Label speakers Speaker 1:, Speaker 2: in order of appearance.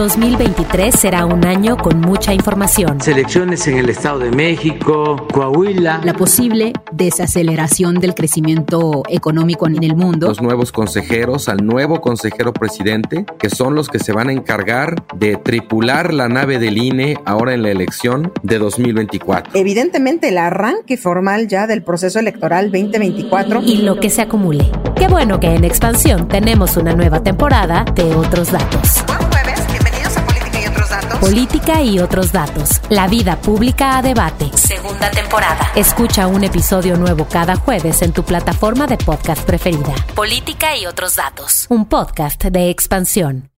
Speaker 1: 2023 será un año con mucha información.
Speaker 2: Selecciones en el Estado de México, Coahuila.
Speaker 3: La posible desaceleración del crecimiento económico en el mundo.
Speaker 4: Los nuevos consejeros, al nuevo consejero presidente, que son los que se van a encargar de tripular la nave del INE ahora en la elección de 2024.
Speaker 5: Evidentemente el arranque formal ya del proceso electoral 2024.
Speaker 1: Y lo que se acumule. Qué bueno que en expansión tenemos una nueva temporada de otros datos. Política y otros datos. La vida pública a debate. Segunda temporada. Escucha un episodio nuevo cada jueves en tu plataforma de podcast preferida. Política y otros datos. Un podcast de expansión.